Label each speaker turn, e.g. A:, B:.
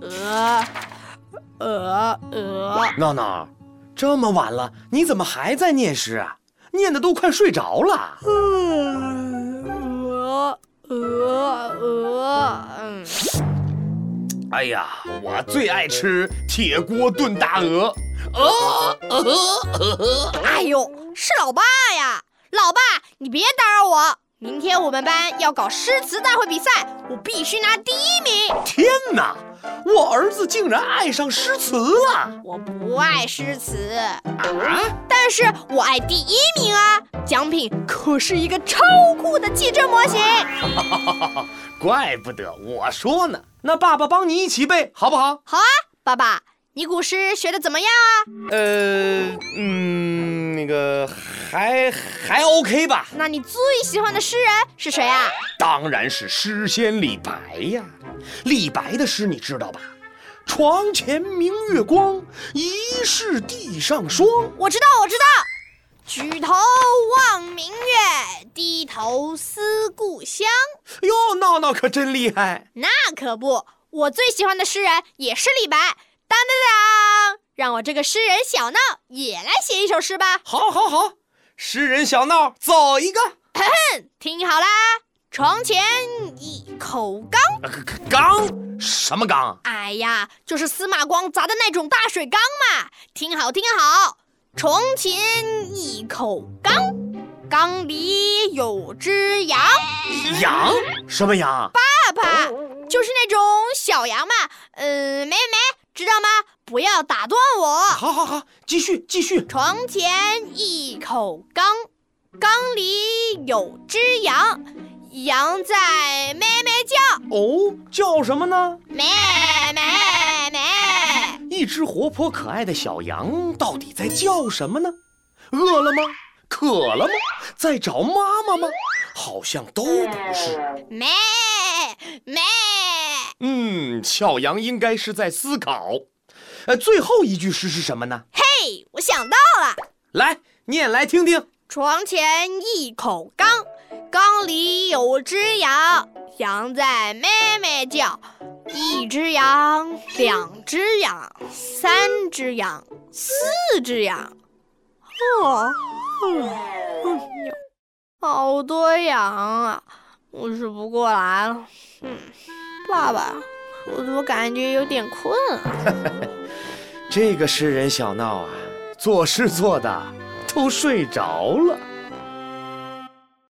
A: 呃，呃呃，
B: 闹闹，这么晚了，你怎么还在念诗啊？念的都快睡着了。
A: 呃呃呃，嗯，
B: 哎呀，我最爱吃铁锅炖大鹅。哦，
A: 哎呦，是老爸呀！老爸，你别打扰我。明天我们班要搞诗词大会比赛，我必须拿第一名。
B: 天哪，我儿子竟然爱上诗词了！
A: 我不爱诗词，
B: 啊，
A: 但是我爱第一名啊！奖品可是一个超酷的汽车模型。
B: 怪不得我说呢。那爸爸帮你一起背好不好？
A: 好啊，爸爸，你古诗学的怎么样啊？
B: 呃，嗯，那个还还 OK 吧？
A: 那你最喜欢的诗人是谁啊？
B: 当然是诗仙李白呀。李白的诗你知道吧？床前明月光，疑是地上霜。
A: 我知道，我知道。举头望明月，低头思故乡。
B: 哟，闹闹可真厉害！
A: 那可不，我最喜欢的诗人也是李白。当当当，让我这个诗人小闹也来写一首诗吧。
B: 好，好，好，诗人小闹走一个，
A: 听好啦，床前一口缸，
B: 呃缸什么缸？
A: 哎呀，就是司马光砸的那种大水缸嘛。听好，听好，床前一口缸，缸里有只羊。
B: 羊什么羊？
A: 爸爸，就是那种小羊嘛。嗯、呃，没没，知道吗？不要打断我。
B: 好好好，继续继续。
A: 床前一口缸，缸里有只羊，羊在咩咩叫，
B: 哦，叫什么呢？
A: 咩咩咩。
B: 一只活泼可爱的小羊到底在叫什么呢？饿了吗？渴了吗？在找妈妈吗？好像都不是。
A: 咩咩，哎
B: 嗯，小羊应该是在思考。呃，最后一句诗是什么呢？
A: 嘿，我想到了，
B: 来念来听听。
A: 床前一口缸，缸里有只羊，羊在咩咩叫，一只羊，两只羊，三只羊，四只羊，哦，嗯，嗯有好多羊啊，我数不过来了。嗯，爸爸，我怎么感觉有点困啊？
B: 这个诗人小闹啊，作诗做的都睡着了。